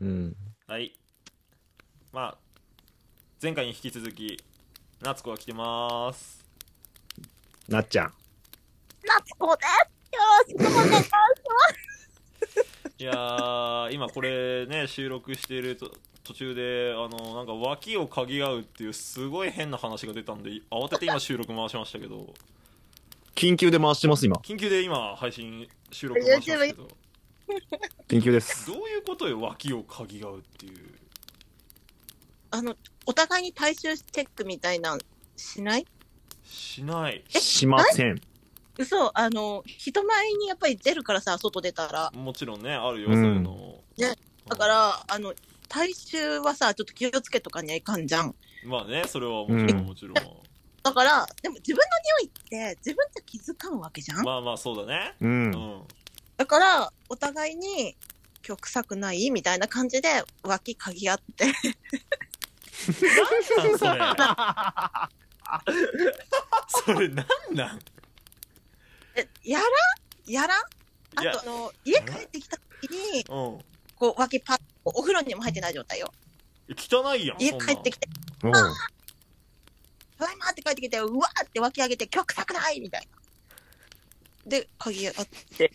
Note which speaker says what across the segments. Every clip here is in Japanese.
Speaker 1: うん。
Speaker 2: はいまあ前回に引き続き夏子が来てます
Speaker 1: なっちゃん。
Speaker 3: 夏子です。よろしくお願いし
Speaker 2: いやー今これね収録していると途中であのなんか脇をかぎ合うっていうすごい変な話が出たんで慌てて今収録回しましたけど
Speaker 1: 緊急で回してます、今。
Speaker 2: 緊急で今配信収録回しましたけど
Speaker 1: 緊急です。
Speaker 2: どういうことよ脇をかぎ合うっていう
Speaker 3: あの、お互いに体臭チェックみたいなんしない
Speaker 2: しない
Speaker 1: しません。
Speaker 3: 嘘、あの、人前にやっぱり出るからさ、外出たら。
Speaker 2: もちろんねあるよ、
Speaker 1: うん
Speaker 2: そういうの
Speaker 3: ねだから、あの、体臭はさ、ちょっと気をつけとかにはいかんじゃん。
Speaker 2: まあねそれはもちろん
Speaker 1: うん
Speaker 2: もちろん、
Speaker 3: だから、でも自分の匂いって自分じゃ気づかんわけじゃん
Speaker 2: まあまあそうだね
Speaker 1: う。
Speaker 2: うんん
Speaker 3: だから、お互いに、今日臭くないみたいな感じで、脇かぎ合って。
Speaker 2: なんなん それそれなんなん
Speaker 3: えやらやら
Speaker 2: いや
Speaker 3: あとあの、家帰ってきた時に、
Speaker 2: うん
Speaker 3: こう、脇パッ、お風呂にも入ってない状態よ。
Speaker 2: 汚いやん
Speaker 3: 家
Speaker 2: そんなん
Speaker 3: 帰ってきて
Speaker 1: うん
Speaker 3: ただいまって帰ってきて、うわーって湧き上げて、今日臭くないみたいな。で、鍵あ って。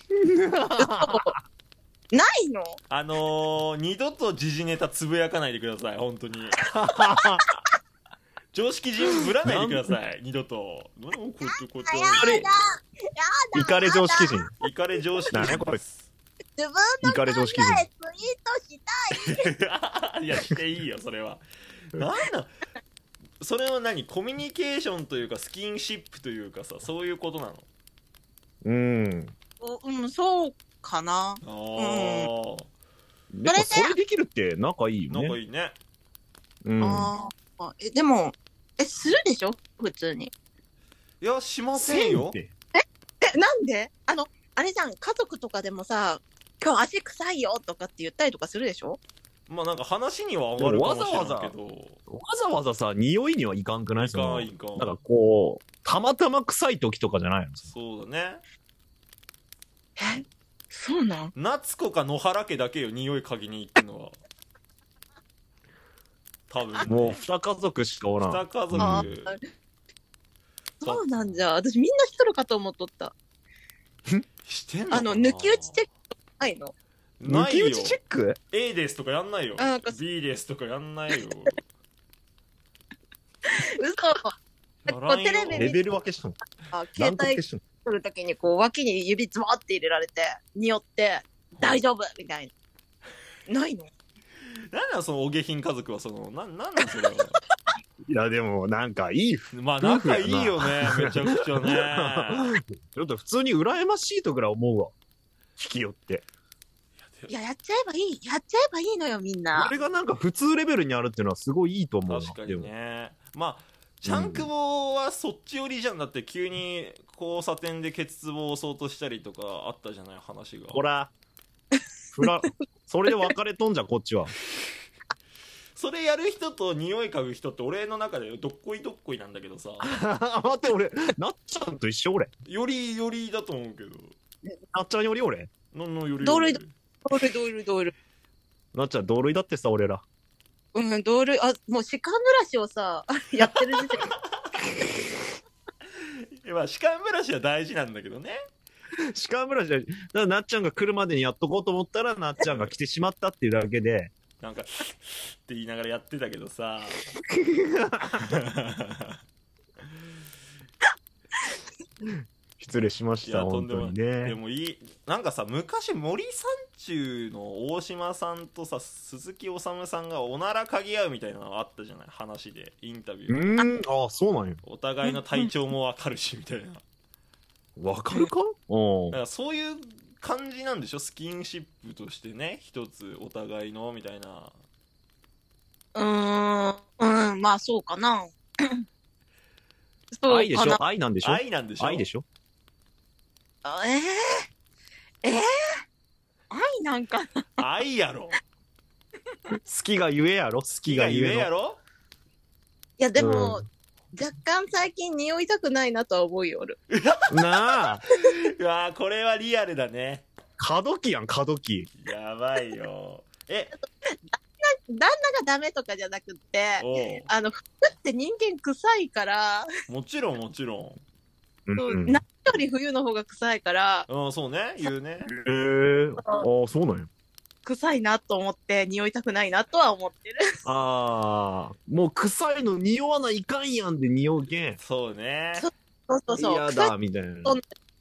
Speaker 3: ないの
Speaker 2: あのー、二度と時事ネタつぶやかないでください本 当に常識人ぶらないでください二度と何こうやってこうや
Speaker 3: あ
Speaker 2: って
Speaker 1: イカレ常識人。
Speaker 2: イカレ常識
Speaker 1: 何や
Speaker 2: 人
Speaker 1: こい
Speaker 2: す
Speaker 3: 自分
Speaker 1: イカレ常識人。
Speaker 3: トした
Speaker 2: いやしていいよそれはなんなんそれは何コミュニケーションというかスキンシップというかさそういうことなの
Speaker 1: うん。
Speaker 3: うん、そうかな。
Speaker 2: ああ、
Speaker 1: でも、
Speaker 3: そ
Speaker 1: そ
Speaker 3: れで
Speaker 1: れできるって仲いいよ
Speaker 2: 仲
Speaker 1: ね。
Speaker 2: いいね
Speaker 1: うん。
Speaker 3: あーえ、でも、え、するでしょ普通に。
Speaker 2: いやしませんよ
Speaker 1: って
Speaker 3: え、なんであの、あれじゃん、家族とかでもさ、今日足臭いよとかって言ったりとかするでしょ
Speaker 2: まあなんか話には上がるかもしれないけど
Speaker 1: わざわざさ、匂いにはいかんくない
Speaker 2: いかんい
Speaker 1: そ
Speaker 2: か
Speaker 1: の
Speaker 2: ん
Speaker 1: なんかこう、たまたま臭い時とかじゃないの
Speaker 2: そうだね
Speaker 3: え、そうなん
Speaker 2: 夏子か野原家だけよ匂い嗅ぎに行くのは多分
Speaker 1: もう、二家族しかおら
Speaker 2: 二
Speaker 1: ん。
Speaker 2: 家族
Speaker 3: あーそうなんじゃ。私みんなしとるかと思っとった。
Speaker 2: してんのかな
Speaker 3: あの、抜き打ちチェックないの
Speaker 2: な
Speaker 1: 抜
Speaker 2: い
Speaker 1: き
Speaker 2: よ
Speaker 1: 打ちチェック
Speaker 2: A ですとかやんないよ
Speaker 3: あなんか
Speaker 2: B ですとかやん ないよや
Speaker 3: 嘘
Speaker 2: らんよ
Speaker 3: テレビ
Speaker 1: レベル分けしたの。
Speaker 3: あ
Speaker 1: ラ
Speaker 3: 携
Speaker 1: ンク分
Speaker 3: 帯
Speaker 1: けしたの。
Speaker 3: 取るときにこう脇に指ズボーって入れられて、匂って、大丈夫みたいな。ないの
Speaker 2: なんなんそのお下品家族はそのなんなんなん それはい
Speaker 1: や、でも、なんかいい
Speaker 2: まあ
Speaker 1: 夫婦
Speaker 2: 仲
Speaker 1: やない
Speaker 2: いよねめちゃくちゃね
Speaker 1: ちょっと普通に羨ましいとぐらい思うわ。引き寄って。
Speaker 3: いや、やっちゃえばいい。やっちゃえばいいのよ、みんな
Speaker 1: あ。れがなんか普通レベルにあるっていうのはすごいいいと思うな。
Speaker 2: 確か
Speaker 1: で
Speaker 2: に
Speaker 1: も。
Speaker 2: ねまあちゃんくぼはそっち寄りじゃんだって急に交差点でケツボを押そうとしたりとかあったじゃない話が
Speaker 1: ほら。ほ ら。それで別れとんじゃん、こっちは。
Speaker 2: それやる人と匂い嗅ぐ人って俺の中でどっこいどっこいなんだけどさ
Speaker 1: 待って、俺、なっちゃんと一緒俺。
Speaker 2: よりよりだと思うけど
Speaker 1: なっちゃんより俺。
Speaker 2: ののより
Speaker 3: 同
Speaker 2: より
Speaker 3: 類だドール、ドール、ドール。
Speaker 1: なっちゃん同類だってさ、俺ら。
Speaker 3: うん、ドール、あ、もう歯間ブラシをさ、 やってる時点で。
Speaker 2: いやまあ歯間ブラシは大事なんだけどね
Speaker 1: しかもらしだからなっちゃんが来るまでにやっとこうと思ったら、なっちゃんが来てしまったっていうだけで、
Speaker 2: なんか って言いながらやってたけどさ
Speaker 1: 失礼しまし
Speaker 2: いや
Speaker 1: た、
Speaker 2: と
Speaker 1: 本
Speaker 2: んでもな
Speaker 1: 当
Speaker 2: い
Speaker 1: に
Speaker 2: で
Speaker 1: ね。
Speaker 2: もいいなんかさ昔森三中の大島さんとさ鈴木おさむさんがおならかぎ合うみたいなのあったじゃない話でインタビュ
Speaker 1: う
Speaker 2: ー
Speaker 1: ーん、ああ、そうなんや。
Speaker 2: お互いの体調もわかるしみたいなだ
Speaker 1: わかるかうん
Speaker 2: か。らそういう感じなんでしょスキンシップとしてね一つお互いのみたいな
Speaker 3: うーん、うん、まあそうかな。 そう
Speaker 1: 愛でし
Speaker 3: かな
Speaker 1: ょ愛なんでしょ
Speaker 2: 愛なんでしょ
Speaker 1: 愛でしょ
Speaker 3: えー、えー、愛なんか
Speaker 2: 愛やろ
Speaker 1: 好きがゆえやろ好
Speaker 2: 気
Speaker 1: き
Speaker 2: が
Speaker 1: がゆ
Speaker 2: ゆえ
Speaker 1: え
Speaker 2: や
Speaker 1: の。
Speaker 2: ろ
Speaker 3: いや、でも、
Speaker 1: うん
Speaker 3: 若干最近匂いたくないなとは思うよ、俺。
Speaker 1: なあ
Speaker 2: うわーこれはリアルだね
Speaker 1: 過渡期やん、過渡期。
Speaker 2: やばいよえ
Speaker 3: がダメとかじゃなくって、
Speaker 2: おう
Speaker 3: あの、服って人間臭いから、
Speaker 2: もちろんもちろ
Speaker 1: うん
Speaker 3: そう
Speaker 1: うん、
Speaker 3: 夏より冬の方が臭いから、
Speaker 2: ん。うん、そうね、言うね。
Speaker 1: えー、ああ、そうなんや。
Speaker 3: 臭いなと思って、匂いたくないなとは思ってる。
Speaker 1: ああ、もう臭いの匂わないかんやんで匂うけん。
Speaker 2: そうね。
Speaker 3: そうそうそう。
Speaker 1: 嫌
Speaker 3: 臭いみ
Speaker 1: だ、みたいな。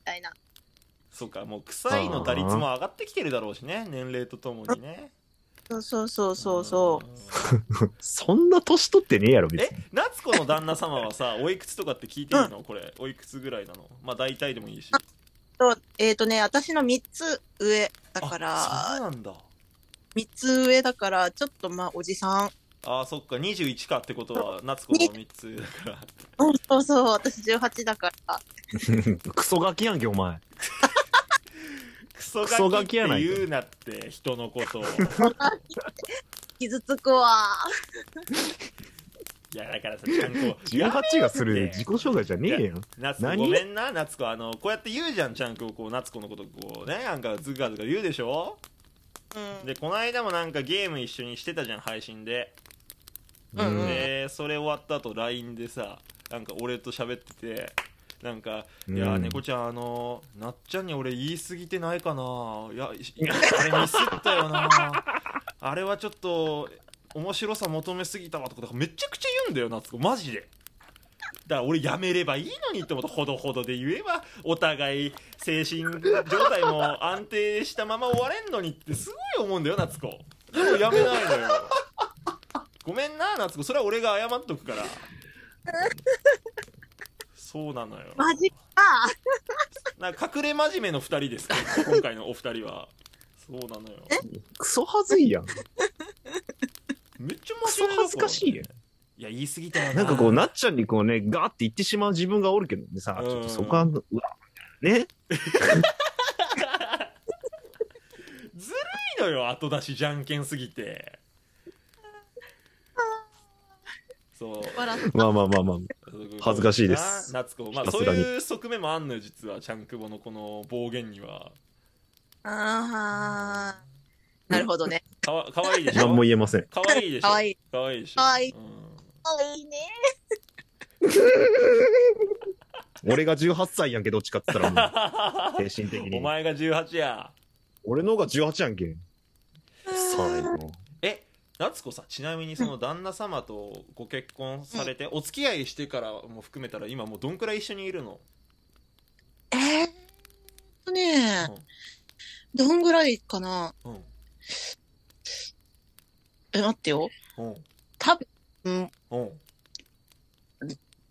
Speaker 3: たいな。
Speaker 2: そうか、もう臭いの打率も上がってきてるだろうしね、年齢とともにね。
Speaker 3: そうそうそうそうそう。
Speaker 2: うん。
Speaker 1: そんな年取ってねえやろ、別
Speaker 2: え
Speaker 1: に。、
Speaker 2: 夏子の旦那様はさ、おいくつとかって聞いてるのこれ、おいくつぐらいなのまあ大体でもいいし。
Speaker 3: とえっ、とね、私の3つ上だか
Speaker 2: あ
Speaker 3: ら、
Speaker 2: そうなんだ。
Speaker 3: 3つ上だから、ちょっとまあ、おじさん。
Speaker 2: あー、そっか、21かってことは、夏子の3つだから。
Speaker 3: うん、そうそう、私18だから。
Speaker 1: クソガキやんけ、お前。
Speaker 2: クソ
Speaker 1: クソ
Speaker 2: ガ
Speaker 1: ガ
Speaker 2: キ
Speaker 1: キ
Speaker 2: っ
Speaker 1: やな
Speaker 2: て
Speaker 1: いか
Speaker 2: 言うなって、人のことを。
Speaker 3: 傷つくわ。
Speaker 2: いや、だからさ、ちゃんと。
Speaker 1: 18がす
Speaker 2: やめろっ
Speaker 1: る
Speaker 2: て
Speaker 1: 自己障害じゃねえよ。
Speaker 2: 夏子
Speaker 1: 何
Speaker 2: ごめんな夏子あのこうやって言うじゃんちゃんここう夏子のことこうねなんかズガズガ言うでしょ
Speaker 3: うん。
Speaker 2: でこの間もなんかゲーム一緒にしてたじゃん配信で、
Speaker 3: うんうん
Speaker 2: でそれ終わった後 LINE でさなんか俺と喋っててなんか「
Speaker 1: うん
Speaker 2: いやー猫ちゃんあのなっちゃんに俺言い過ぎてないかない やいいやあれミスったよなあれはちょっと面白さ求めすぎたわ」とかだからめちゃくちゃ言うんだよ夏子マジで。だから俺やめればいいのにって思ったほどほどで言えばお互い精神状態も安定したまま終われんのにってすごい思うんだよ夏子でもやめないのよごめんな夏子それは俺が謝っとく からそうなのよ
Speaker 3: マジか。
Speaker 2: なんか隠れ真面目の2人で すけど今回のお二人はそうなのよ
Speaker 1: クソはずいやん。
Speaker 2: めっちゃ
Speaker 1: ク
Speaker 2: 真
Speaker 1: ソ
Speaker 2: 面目だ
Speaker 1: 恥ずかしいやん。
Speaker 2: いや言い過ぎたよ
Speaker 1: なんかこう、なっちゃんにこうね、ガーって言ってしまう自分がおるけどね、さ、
Speaker 2: うん
Speaker 1: ちょっとそこは、うわ、ね。
Speaker 2: ずるいのよ後出しじゃんけんすぎてそう
Speaker 3: 笑っ
Speaker 1: まあまあまあまあ。恥ずかしいです
Speaker 2: な夏子、まあ、
Speaker 1: さ
Speaker 2: そう
Speaker 1: すがに
Speaker 2: いう側面もあんのよ実はちゃんくぼのこの暴言には
Speaker 3: た。ああ。なるほどね。
Speaker 2: かわかわいいでしょ
Speaker 1: 何も言えません。
Speaker 2: かわいいでしょ
Speaker 3: かわいい。
Speaker 2: かわいいでしょ
Speaker 3: かわいい
Speaker 2: うん
Speaker 3: あ、いいね。
Speaker 1: 俺が18歳やんけ、どっちかって言ったらもう、精神的
Speaker 2: お
Speaker 1: に。
Speaker 2: 前が18や
Speaker 1: 俺の方が18やんけ。最後。
Speaker 2: え夏子さちなみにその旦那様とご結婚されて、お付き合いしてからも含めたら今もうどんくらい一緒にいるの
Speaker 3: えーっとね、どんぐらいかな。
Speaker 2: うん
Speaker 3: え、待ってよ。
Speaker 2: うん
Speaker 3: 多分、
Speaker 2: うん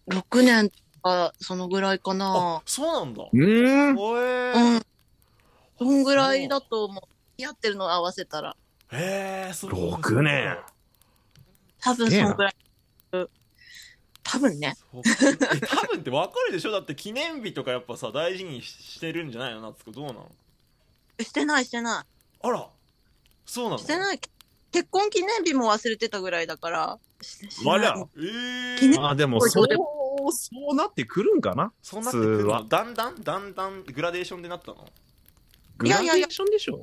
Speaker 3: 6年とか、そのぐらいか
Speaker 2: あ
Speaker 3: な。
Speaker 2: そうなんだ
Speaker 1: うーん。
Speaker 2: おえー
Speaker 3: うん。どんぐらいだと思う。付き合ってるの合わせたら。
Speaker 2: へえそう
Speaker 1: 六年
Speaker 3: 多
Speaker 1: す
Speaker 3: 分
Speaker 1: げえ
Speaker 3: そ
Speaker 1: な
Speaker 3: のぐらい。多分ね。
Speaker 2: そうえ多分ってわかるでしょだって記念日とかやっぱさ大事にししてるんじゃないの夏子どうなの
Speaker 3: してないしてな。
Speaker 2: あらそうないの
Speaker 3: してない。結婚記念日も忘れてたぐらいだから。してしてない
Speaker 1: わら。
Speaker 2: えー、
Speaker 3: 記念
Speaker 1: まあでも、そう、そうなってくるんかな
Speaker 2: そうなってくる
Speaker 1: 普通は
Speaker 2: のだんだんだんだんグラデーションでなったの
Speaker 1: グラデーションでしょ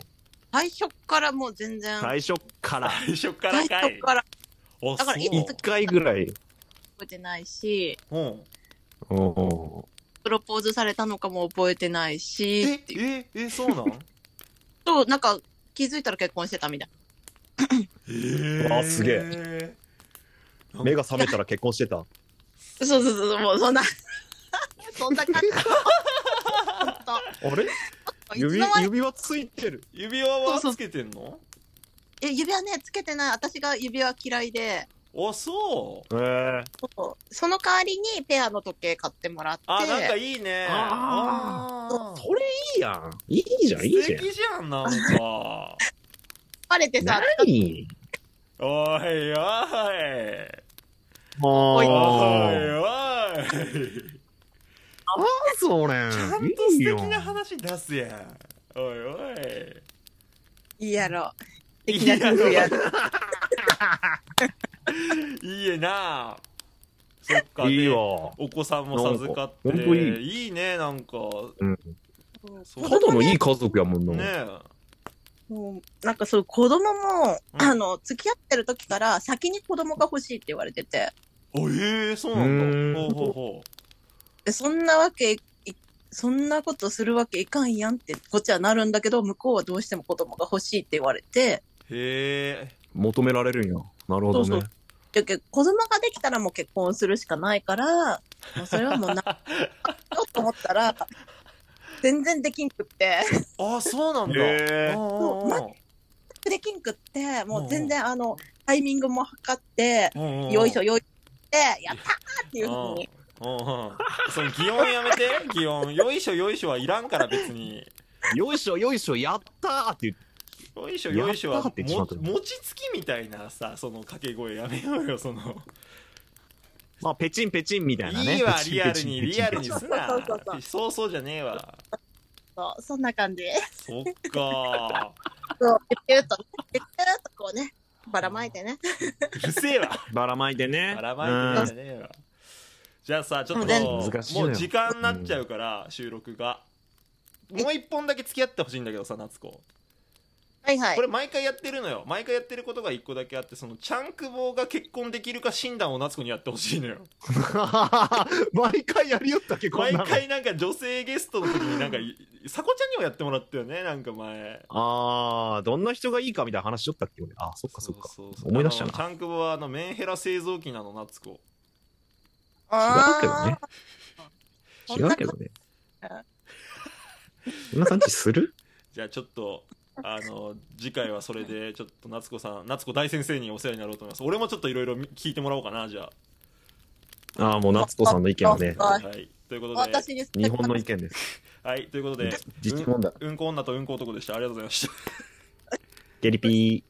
Speaker 3: 最初からもう全然。
Speaker 1: 最初から。
Speaker 2: 最初から
Speaker 3: 最
Speaker 2: かい
Speaker 3: 初から覚
Speaker 2: お
Speaker 3: だから
Speaker 2: そう
Speaker 3: い
Speaker 1: 一回ぐらい。
Speaker 3: えてないし。
Speaker 2: うん
Speaker 1: お
Speaker 3: プロポーズされたのかも覚えてない
Speaker 2: え
Speaker 3: し、っていう
Speaker 2: ええそうなん
Speaker 3: と、なんか気づいたら結婚してたみたい。
Speaker 2: えー
Speaker 1: わあすげ
Speaker 2: え
Speaker 1: ー目が覚めたら結婚してた。
Speaker 3: そうそうそう、もうそんな、そんな感じ。ほんと
Speaker 1: あれ
Speaker 3: いつ
Speaker 1: 指
Speaker 3: の間に
Speaker 1: 指輪ついてる。
Speaker 2: 指輪は
Speaker 3: そうそう
Speaker 2: つけてんの
Speaker 3: え指輪ね、つけてない。私が指輪嫌いで、
Speaker 2: あそう
Speaker 1: えー、
Speaker 3: そうその代わりにペアの時計買ってもらって、
Speaker 2: あなんかいいね
Speaker 1: あ
Speaker 2: あー
Speaker 1: それいいやん。いいじゃん、いい
Speaker 2: 素
Speaker 1: じゃん
Speaker 2: 敵じゃんなんか
Speaker 3: バレて。さ、
Speaker 1: 何
Speaker 2: おいおい
Speaker 1: もう、
Speaker 2: おい
Speaker 1: あ
Speaker 2: おい
Speaker 1: それ。
Speaker 2: ちゃんと素
Speaker 1: いいよ
Speaker 2: 敵な話出すやんおいおい
Speaker 3: いいやろ。
Speaker 2: い
Speaker 3: い
Speaker 2: い
Speaker 3: きな
Speaker 2: や
Speaker 3: り夫婦やる。
Speaker 2: いいえなそっか
Speaker 1: いい
Speaker 2: で
Speaker 1: よ。
Speaker 2: お子さんも授かって
Speaker 1: なんかほんとい
Speaker 2: いいねなんか
Speaker 1: うん
Speaker 2: そう
Speaker 1: ただのいい家族やもんな。
Speaker 2: ねえ
Speaker 3: もうなんかそう、子供も、
Speaker 2: うん
Speaker 3: あの、付き合ってる時から先に子供が欲しいって言われてて、
Speaker 2: あええそうなんだ。
Speaker 1: うー
Speaker 2: ほうんほうほ
Speaker 3: えそんなわけい、そんなことするわけいかんやんって、こっちはなるんだけど、向こうはどうしても子供が欲しいって言われて、
Speaker 2: う。へえ。
Speaker 1: 求められるんや。なるほどね。
Speaker 3: そうそうだけど子供ができたらもう結婚するしかないから、もうそれはもうな、よと思ったら、全然できんくって、
Speaker 2: あ、そうなんだ。
Speaker 1: へー
Speaker 2: あ
Speaker 3: できんくって、もう全然あの、タイミングも測って、
Speaker 2: あああ
Speaker 3: よいしょ。よいしょって、やったーっていうふうに、
Speaker 2: うんうんうん。その擬音やめて、擬音。よいしょよいしょはいらんから別に。
Speaker 1: よいしょよいしょ、やったーって言って
Speaker 2: よいしょよいしょは
Speaker 1: やったーって言っ
Speaker 2: も
Speaker 1: てしまった
Speaker 2: 餅つきみたいなさ、その掛け声やめようよ、その。
Speaker 1: まあ、ペチンペチンみたいなね。
Speaker 2: いいわ
Speaker 1: ペ、チン
Speaker 2: リア
Speaker 1: ペ
Speaker 2: ル
Speaker 1: チンペ
Speaker 2: に、
Speaker 1: チン
Speaker 2: リアルにすな
Speaker 3: そうそうそうそ。う
Speaker 2: そうそうじゃねえわ。
Speaker 3: そうそんな感じ。
Speaker 2: そっか
Speaker 3: そう、ピューっと、ピューっとこうね、ばらまいてね。
Speaker 2: うるせえわ。
Speaker 1: ばらまいてね。
Speaker 2: ばらまい
Speaker 1: うん
Speaker 2: てんじゃねえわ。じゃあさ、ちょっ
Speaker 1: うん難しい
Speaker 2: と、
Speaker 1: の
Speaker 2: も
Speaker 1: よ
Speaker 2: う時間になっちゃうから、収録が。もう一本だけ付き合ってほしいんだけどさ、夏子。
Speaker 3: はいはい
Speaker 2: こ。れ毎回やってるのよ。毎回やってることが一個だけあって、その、チャンクボが結婚できるか診断を夏子にやってほしいのよ。
Speaker 1: 毎回やりよったっけ、 こん
Speaker 2: 毎
Speaker 1: なの。
Speaker 2: 回なんか女性ゲストの時になんか、いさこちゃんにもやってもらったよね、なんか前。
Speaker 1: あー、どんな人がいいかみたいな話しよったっけ、俺。あ、そっかそっか。
Speaker 2: そう
Speaker 1: 思い出した
Speaker 2: あ
Speaker 1: な
Speaker 2: のチャンクボはあの、メンヘラ製造機なの、夏子。
Speaker 1: 違うけどね
Speaker 3: あ。ー
Speaker 1: 違うけど ね。そんな感じする
Speaker 2: じゃあちょっと、あの、次回はそれで、ちょっと夏子さん、夏子大先生にお世話になろうと思います。俺もちょっといろいろ聞いてもらおうかな、じゃ
Speaker 1: ああ、もう夏子さんの意見は ね、
Speaker 2: あ。
Speaker 3: は
Speaker 2: はいい。ということで、
Speaker 3: 私に
Speaker 1: 日本の意見です。
Speaker 2: はい、 ということで、
Speaker 1: 自治問題。
Speaker 2: うんこ女とうんこ男でした。ありがとうございました。
Speaker 1: ゲリピー。